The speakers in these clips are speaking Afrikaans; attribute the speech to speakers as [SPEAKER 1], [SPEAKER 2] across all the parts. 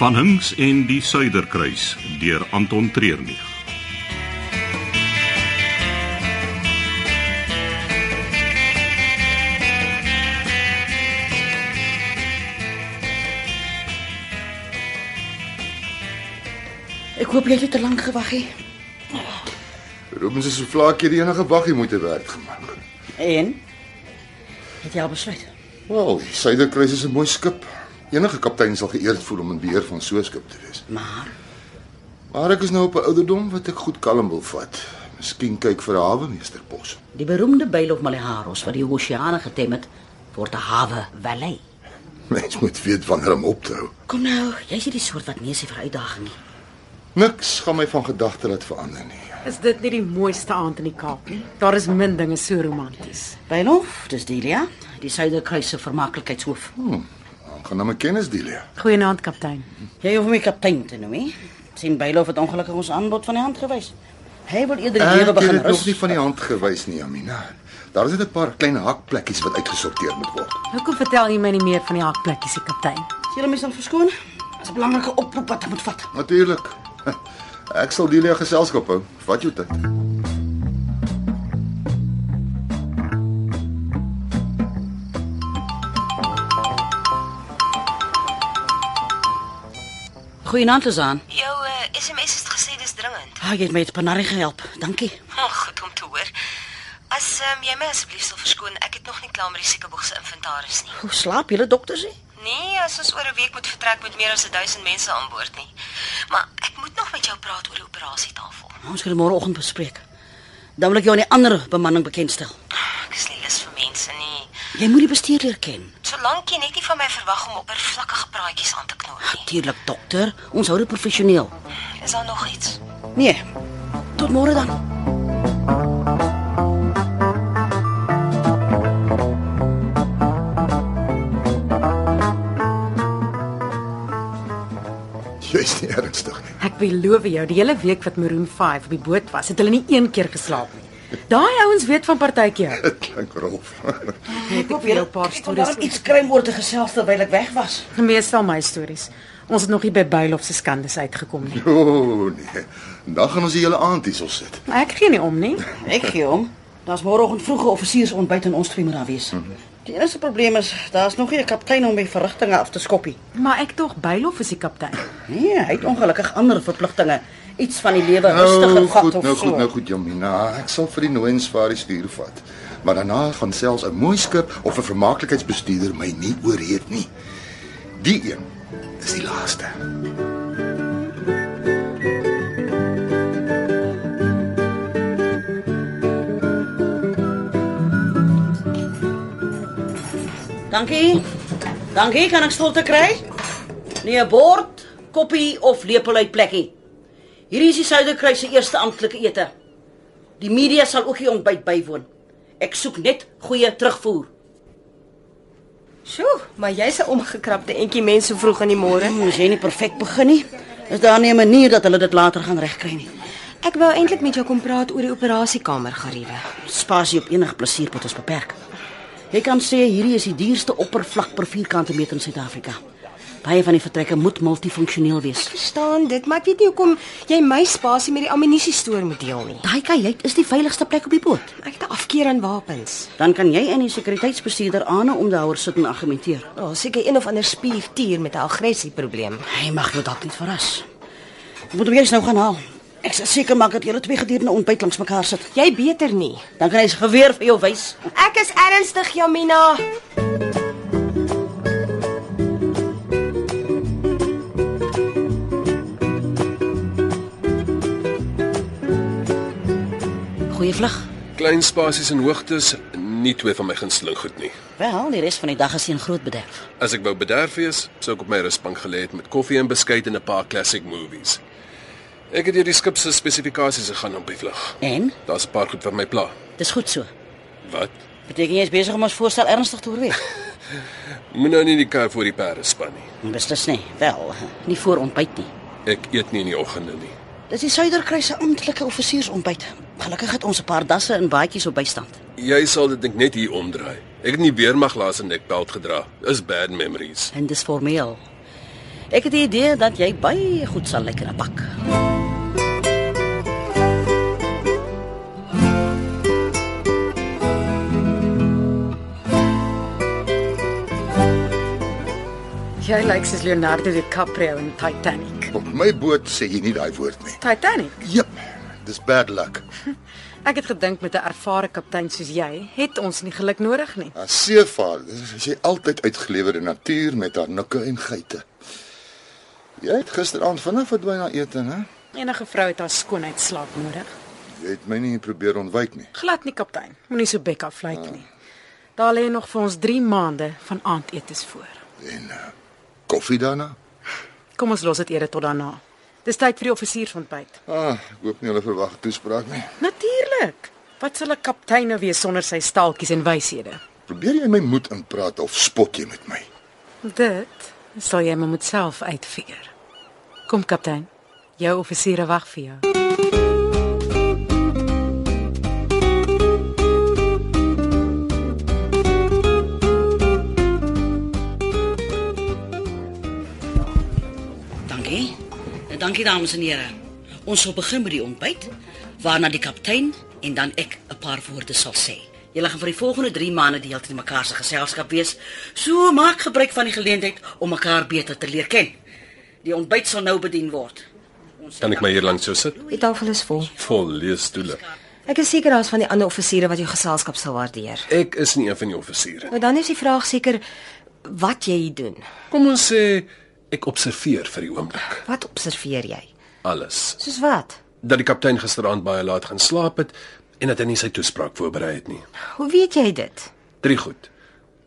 [SPEAKER 1] Van Hinks en die Suiderkruis deur Anton Treurnig.
[SPEAKER 2] Ek hoop jy het nie te lank gewag nie.
[SPEAKER 3] Rubens se souflaakie het enige baggie moeite werd gemaak.
[SPEAKER 2] En het jy al besluit?
[SPEAKER 3] Wel, die Suiderkruis is 'n mooi skip. Enige kaptein sal geëerd voel om in beheer van so 'n skip te wees.
[SPEAKER 2] Maar
[SPEAKER 3] Maar ek is nou op 'n ouderdom wat ek goed kalm wil vat. Miskien kyk vir 'n hawemeesterpos.
[SPEAKER 2] die beroemde byl of Maliharos wat die oseane getem het, word 'n hawe vallei.
[SPEAKER 3] Mens moet weet wanneer om op te hou.
[SPEAKER 2] Kom nou, jy's nie die soort wat nee sê vir uitdaging nie.
[SPEAKER 3] Niks gaan my van gedagte laat verander nie.
[SPEAKER 4] Is dit nie die mooiste aand in die Kaap nie? Daar is min dinge so romanties.
[SPEAKER 2] Bylof, dis Delia, die Suiderkruis se vermaaklikheidshoof.
[SPEAKER 3] Hm, Aangename kennis, Delia.
[SPEAKER 4] Goeienaand kaptein.
[SPEAKER 2] Jy hoef my kaptein te noem, hè? Sien Bylof het ongelukkig ons aanbod van die hand gewys. Hy wil eerder die
[SPEAKER 3] Ek
[SPEAKER 2] lewe
[SPEAKER 3] het
[SPEAKER 2] begin
[SPEAKER 3] dit Ah, nog
[SPEAKER 2] rus.
[SPEAKER 3] nie van die hand gewys nie, Amina. Daar is net 'n paar klein hakplekkies wat uitgesorteer moet word.
[SPEAKER 4] Hoekom vertel jy my nie meer van die hakplekkies se kaptein?
[SPEAKER 2] Sien jy my dan verskoon? Dis 'n belangrike oproep wat ek moet vat.
[SPEAKER 3] Natuurlik. Ek sal Delia geselskap hou. Vat jou tyd.
[SPEAKER 2] Goeienaand Susan.
[SPEAKER 5] Jou uh, SMS het gesê dis dringend.
[SPEAKER 2] Ah, jy het my met Panari gehelp. Dankie.
[SPEAKER 5] Oh, goed om te hoor. As um, jy my asseblief sal verskoon, ek het nog nie klaar met die siekeboek se inventaris nie.
[SPEAKER 2] Hoe slaap julle dokters hè?
[SPEAKER 5] Nee, as ons oor 'n week moet vertrek met meer as 1000 mense aan boord nie. Maar ek moet nog met jou praat oor die operasietafel.
[SPEAKER 2] Ons gaan dit môreoggend bespreek. Dan wil ek jou aan die ander bemanning bekendstel.
[SPEAKER 5] Ek is nie lus vir mense nie.
[SPEAKER 2] Jy moet die bestuurder ken.
[SPEAKER 5] Solank jy net nie van my verwag om oppervlakkige praatjies aan te knoop nie.
[SPEAKER 2] Natuurlik, dokter. Ons hou dit professioneel.
[SPEAKER 5] Is daar nog iets?
[SPEAKER 2] Nee. Tot môre dan.
[SPEAKER 3] Jy's nie ernstig nie.
[SPEAKER 4] Ek beloof jou, die hele week wat Maroon 5 op die boot was, het hulle nie een keer geslaap nie. Daai ouens weet van partytjie.
[SPEAKER 3] Dit klink rof.
[SPEAKER 4] Ek hoop jy het 'n paar stories.
[SPEAKER 2] iets kry oor te gesels terwyl ek weg was.
[SPEAKER 4] Meestal my stories. Ons het nog nie by Bylof se skandes uitgekom nie.
[SPEAKER 3] O oh, nee. Dan gaan ons die hele aand hierso sit.
[SPEAKER 4] Ek gee nie om nie.
[SPEAKER 2] Ek gee hom. Daar's môreoggend vroeg 'n offisiersontbyt in ons twee moet daar wees. Die enigste probleem is daar's nog nie 'n kaptein om my verrigtinge af te skoppie.
[SPEAKER 4] Maar ek tog Bylof is die kaptein.
[SPEAKER 2] Nee, hy het ongelukkig ander verpligtinge. Iets van die lewe
[SPEAKER 3] Nou
[SPEAKER 2] rustige gat
[SPEAKER 3] goed,
[SPEAKER 2] of
[SPEAKER 3] nou
[SPEAKER 2] so.
[SPEAKER 3] goed, nou goed, Jamina. Ek sal vir die nooiens vir die stuur vat. Maar daarna gaan selfs 'n mooi skip of 'n vermaaklikheidsbestuurder my nie oorreed nie. Die een is die laaste.
[SPEAKER 2] Dankie. Dankie, kan ek stilte kry? Nee, 'n bord, koppie of lepel uit plekkie. Hierdie is die Suiderkruis se eerste amptelike ete. Die media sal ook die ontbyt bywoon. Ek soek net goeie terugvoer.
[SPEAKER 5] Sjoe, maar jy's 'n omgekrapte entjie mense vroeg in die môre.
[SPEAKER 2] Moes jy nie perfek begin nie. Is daar nie 'n manier dat hulle dit later gaan regkry nie.
[SPEAKER 5] Ek wou eintlik met jou kom praat oor die operasiekamer geriewe.
[SPEAKER 2] Spasie op enige plesierpot is beperk. Jy kan sê hierdie is die duurste oppervlak per vierkante meter in Suid-Afrika. Baie van die vertrekke moet multifunksioneel wees.
[SPEAKER 5] Verstaan dit, maar ek weet nie hoekom jy my spasie met die ammunisie stoor moet deel nie.
[SPEAKER 2] Daai kajuit is die veiligste plek op die boot.
[SPEAKER 5] Ek het 'n afkeer aan wapens.
[SPEAKER 2] Dan kan jy en die sekuriteitsbestuurder aan om daaroor sit en argumenteer.
[SPEAKER 5] Ja, oh, seker een of ander spiertier met 'n aggressieprobleem.
[SPEAKER 2] Hy mag jou dalk net verras. Ek moet hom jous nou gaan haal. Ek sal seker maak dat julle twee gedurende ontbyt langs mekaar sit.
[SPEAKER 5] Jy beter nie.
[SPEAKER 2] Dan kan hy se geweer vir jou wys.
[SPEAKER 5] Ek is ernstig, Jamina.
[SPEAKER 2] Goeie vlug.
[SPEAKER 6] Klein spasies en hoogtes, nie twee van my gunsteling goed nie.
[SPEAKER 2] Wel, die res van die dag is een groot bederf.
[SPEAKER 6] As ek wou bederf wees, sou ek op my rusbank gelê het met koffie en beskuit en 'n paar classic movies. Ek het deur die skip se spesifikasies gegaan op die vlug.
[SPEAKER 2] En
[SPEAKER 6] Daar's 'n paar goed wat my pla.
[SPEAKER 2] dis goed so.
[SPEAKER 6] Wat?
[SPEAKER 2] Beteken jy is besig om ons voorstel ernstig te oorweeg?
[SPEAKER 6] Moet nou nie die kar voor die perde span nie.
[SPEAKER 2] Beslis nie. Wel, nie voor ontbyt nie.
[SPEAKER 6] Ek eet nie in die oggende nie.
[SPEAKER 2] Dis die Suiderkruis se amptelike offisiersontbyt. Gelukkig het ons 'n paar dasse en baadjies op bystand.
[SPEAKER 6] Jy sal dit dink net hier omdraai. Ek het nie weer mag laas 'n nekpeld gedra. Is bad memories.
[SPEAKER 2] En dis formeel. Ek het die idee dat jy baie goed sal lyk in 'n pak.
[SPEAKER 4] Jy lyk soos Leonardo DiCaprio in Titanic.
[SPEAKER 3] Op my boot sê jy nie daai woord nie.
[SPEAKER 4] Titanic.
[SPEAKER 3] Jep. Dis bad luck.
[SPEAKER 4] Ek het gedink met 'n ervare kaptein soos jy, het ons nie geluk nodig nie.
[SPEAKER 3] 'n Seevaarder is jy altyd uitgelewer in natuur met haar nikke en geite. Jy het gisteraand vinnig verdwyn na ete, hè?
[SPEAKER 4] Enige vrou het haar skoonheidslaap nodig.
[SPEAKER 3] Jy het my nie probeer ontwyk nie.
[SPEAKER 4] Glad nie kaptein. Moenie so bek afvlieg nie. Daar lê nog vir ons 3 maande van aandetes voor.
[SPEAKER 3] En uh, koffie daarna?
[SPEAKER 4] Kom ons los dit eerder tot daarna. Dis tyd vir die offisiersontbyt.
[SPEAKER 3] Ah, ek hoop nie hulle verwag toespraak nie.
[SPEAKER 4] Natuurlik. Wat sal 'n kaptein nou wees sonder sy staaltjies en wyshede?
[SPEAKER 3] Probeer jy my moed inpraat of spot jy met my?
[SPEAKER 4] Dit sal jy maar moet self uitfigure. Kom kaptein, jou offisiere wag vir jou.
[SPEAKER 2] Dankie. En dankie dames en here. Ons sal begin met die ontbyt waarna die kaptein en dan ek 'n paar woorde sal sê. Julle gaan vir die volgende 3 maande die hele tyd in mekaar se geselskap wees. So maak gebruik van die geleentheid om mekaar beter te leer ken. Die ontbyt sal nou bedien word. Ons
[SPEAKER 6] Kan ek my hier langs jou sit?
[SPEAKER 5] Die tafel is vol.
[SPEAKER 6] Vol leesstoele.
[SPEAKER 5] Ek is seker daar's van die ander offisiere wat jou geselskap sal waardeer.
[SPEAKER 6] Ek is nie een van die offisiere.
[SPEAKER 5] Maar dan is die vraag seker wat jy hier doen.
[SPEAKER 6] Kom ons sê ek observeer vir die oomblik
[SPEAKER 5] Wat observeer jy?
[SPEAKER 6] alles.
[SPEAKER 5] Soos wat?
[SPEAKER 6] Dat die kaptein gisteraand baie laat gaan slaap het en dat hy nie sy toespraak voorberei het nie.
[SPEAKER 5] Hoe weet jy dit?
[SPEAKER 6] Drie goed.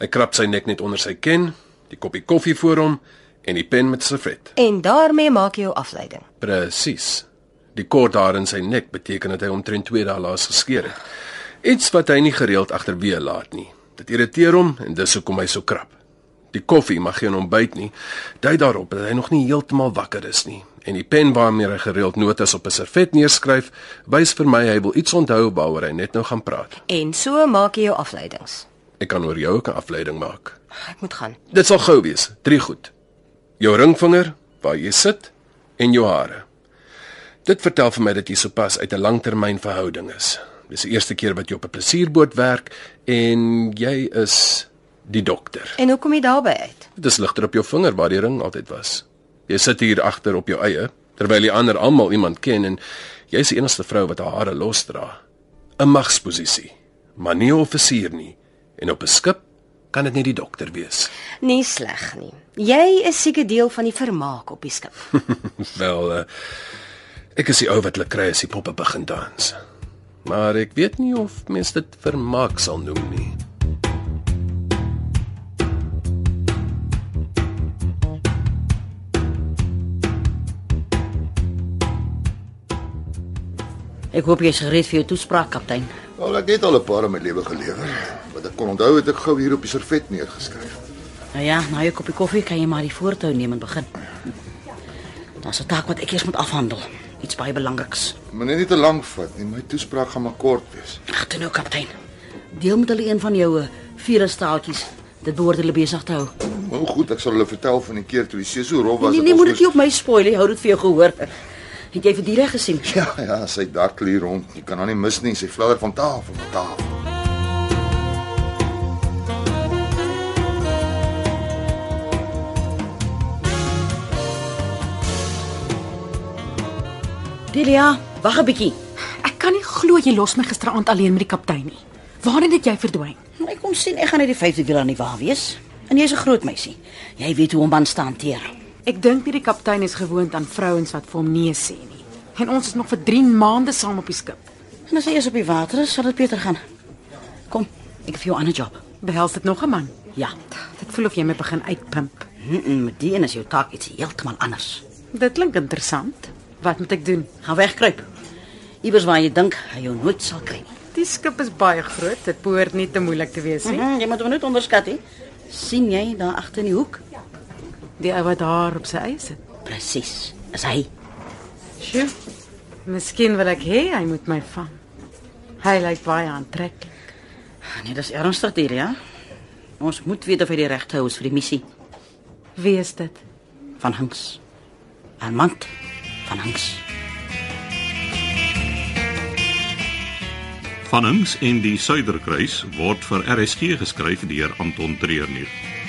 [SPEAKER 6] Hy krap sy nek net onder sy kin, die koppie koffie voor hom en die pen met servet.
[SPEAKER 5] En daarmee maak jy jou afleiding.
[SPEAKER 6] Presies. Die kort haar in sy nek beteken dat hy omtrent 2 dae laas geskeer het. Iets wat hy nie gereeld agterweë laat nie. Dit irriteer hom en dis hoekom hy so krap. Die koffie mag geen ontbyt nie. Dui daarop dat hy nog nie heeltemal wakker is nie. En die pen waarmee hy gereeld notas op 'n servet neerskryf, wys vir my hy wil iets onthou waaroor hy net nou gaan praat.
[SPEAKER 5] En so maak jy jou afleidings.
[SPEAKER 6] Ek kan oor jou ook 'n afleiding maak.
[SPEAKER 5] Ek moet gaan.
[SPEAKER 6] Dit sal gou wees. Drie goed. Jou ringvinger, waar jy sit en jou hare. Dit vertel vir my dat jy sopas uit 'n langtermynverhouding is. Dis die eerste keer wat jy op 'n plesierboot werk en jy is die dokter.
[SPEAKER 5] En hoe kom jy daarby uit?
[SPEAKER 6] Dit is ligter op jou vinger waar die ring altyd was. Jy sit hier agter op jou eie terwyl die ander almal iemand ken en jy's die enigste vrou wat haar hare losdra. 'n Magsposisie, maar nie 'n offisier nie. En op 'n skip kan dit net die dokter wees.
[SPEAKER 5] Nie sleg nie. Jy is seker deel van die vermaak op die skip.
[SPEAKER 6] Wel, uh, ek is die ou wat hulle kry as die poppe begin dans. Maar ek weet nie of mens dit vermaak sal noem nie.
[SPEAKER 2] Ek hoop jy's gereed vir jou toespraak, kaptein.
[SPEAKER 3] Wel, ek het al 'n paar in my lewe gelewer. Wat ek kon onthou het ek gou hier op die servet neergeskryf.
[SPEAKER 2] Nou ja, na jou koppie koffie kan jy maar die voortou neem en begin. Daar's 'n taak wat ek eers moet afhandel. Iets baie belangriks.
[SPEAKER 3] Moenie net te lank vat nie. My toespraak gaan maar kort wees.
[SPEAKER 2] Ag, toe nou, kaptein. Deel met hulle een van jou eh, vier staaltjies. Dit behoort hulle besig te hou.
[SPEAKER 3] Maar hoe Nou goed, ek sal hulle vertel van die keer toe die see so rof was.
[SPEAKER 2] Nee,
[SPEAKER 3] dat
[SPEAKER 2] nee,
[SPEAKER 3] ons
[SPEAKER 2] moet dit nie
[SPEAKER 3] moes-
[SPEAKER 2] op my spoil nie. Hou dit vir jou gehoor. Het jy vir die reg gesien?
[SPEAKER 3] Ja, ja, sy dartel hier rond. Jy kan haar nie mis nie. Sy fladder van tafel na tafel.
[SPEAKER 2] Delia, wag 'n bietjie.
[SPEAKER 4] Ek kan nie glo jy los my gisteraand alleen met die kaptein nie. Waarheen het jy verdwyn?
[SPEAKER 2] Nou, Ek kom sien ek gaan uit die vyfde wiel aan die wa wees. En jy's 'n groot meisie. Jy weet hoe om man staan teer.
[SPEAKER 4] Ek dink nie die kaptein is gewoond aan vrouens wat vir hom nee sê nie. En ons is nog vir 3 maande saam op die skip.
[SPEAKER 2] En as jy eers op die water is, sal dit beter gaan. Kom, ek het vir jou 'n ander job.
[SPEAKER 4] Behels dit nog 'n man?
[SPEAKER 2] Ja.
[SPEAKER 4] Dit voel of jy my begin uitpimp.
[SPEAKER 2] Mm -mm, met die een is jou taak iets heeltemal anders.
[SPEAKER 4] Dit klink interessant. Wat moet ek doen?
[SPEAKER 2] Gaan wegkruip. Iewers waar jy dink hy jou nooit sal kry nie.
[SPEAKER 4] Die skip is baie groot. Dit behoort nie te moeilik te wees nie.
[SPEAKER 2] Hm, jy moet hom net onderskat hè. sien jy daar agter in die hoek?
[SPEAKER 4] Mhm. Die ou wat daar op sy eie sit.
[SPEAKER 2] Presies. Is hy.
[SPEAKER 4] Sjoe. Miskien wil ek hê hy moet my vang. Hy lyk baie aantreklik.
[SPEAKER 2] Nee, dis ernstig hier, ja. Ons moet weet of hy die regte hou is vir die missie.
[SPEAKER 4] Wie is dit?
[SPEAKER 2] van Hinks. Armand van Hinks.
[SPEAKER 1] Van Hinks en die Suiderkruis word vir RSG geskryf deur Anton Treurnig.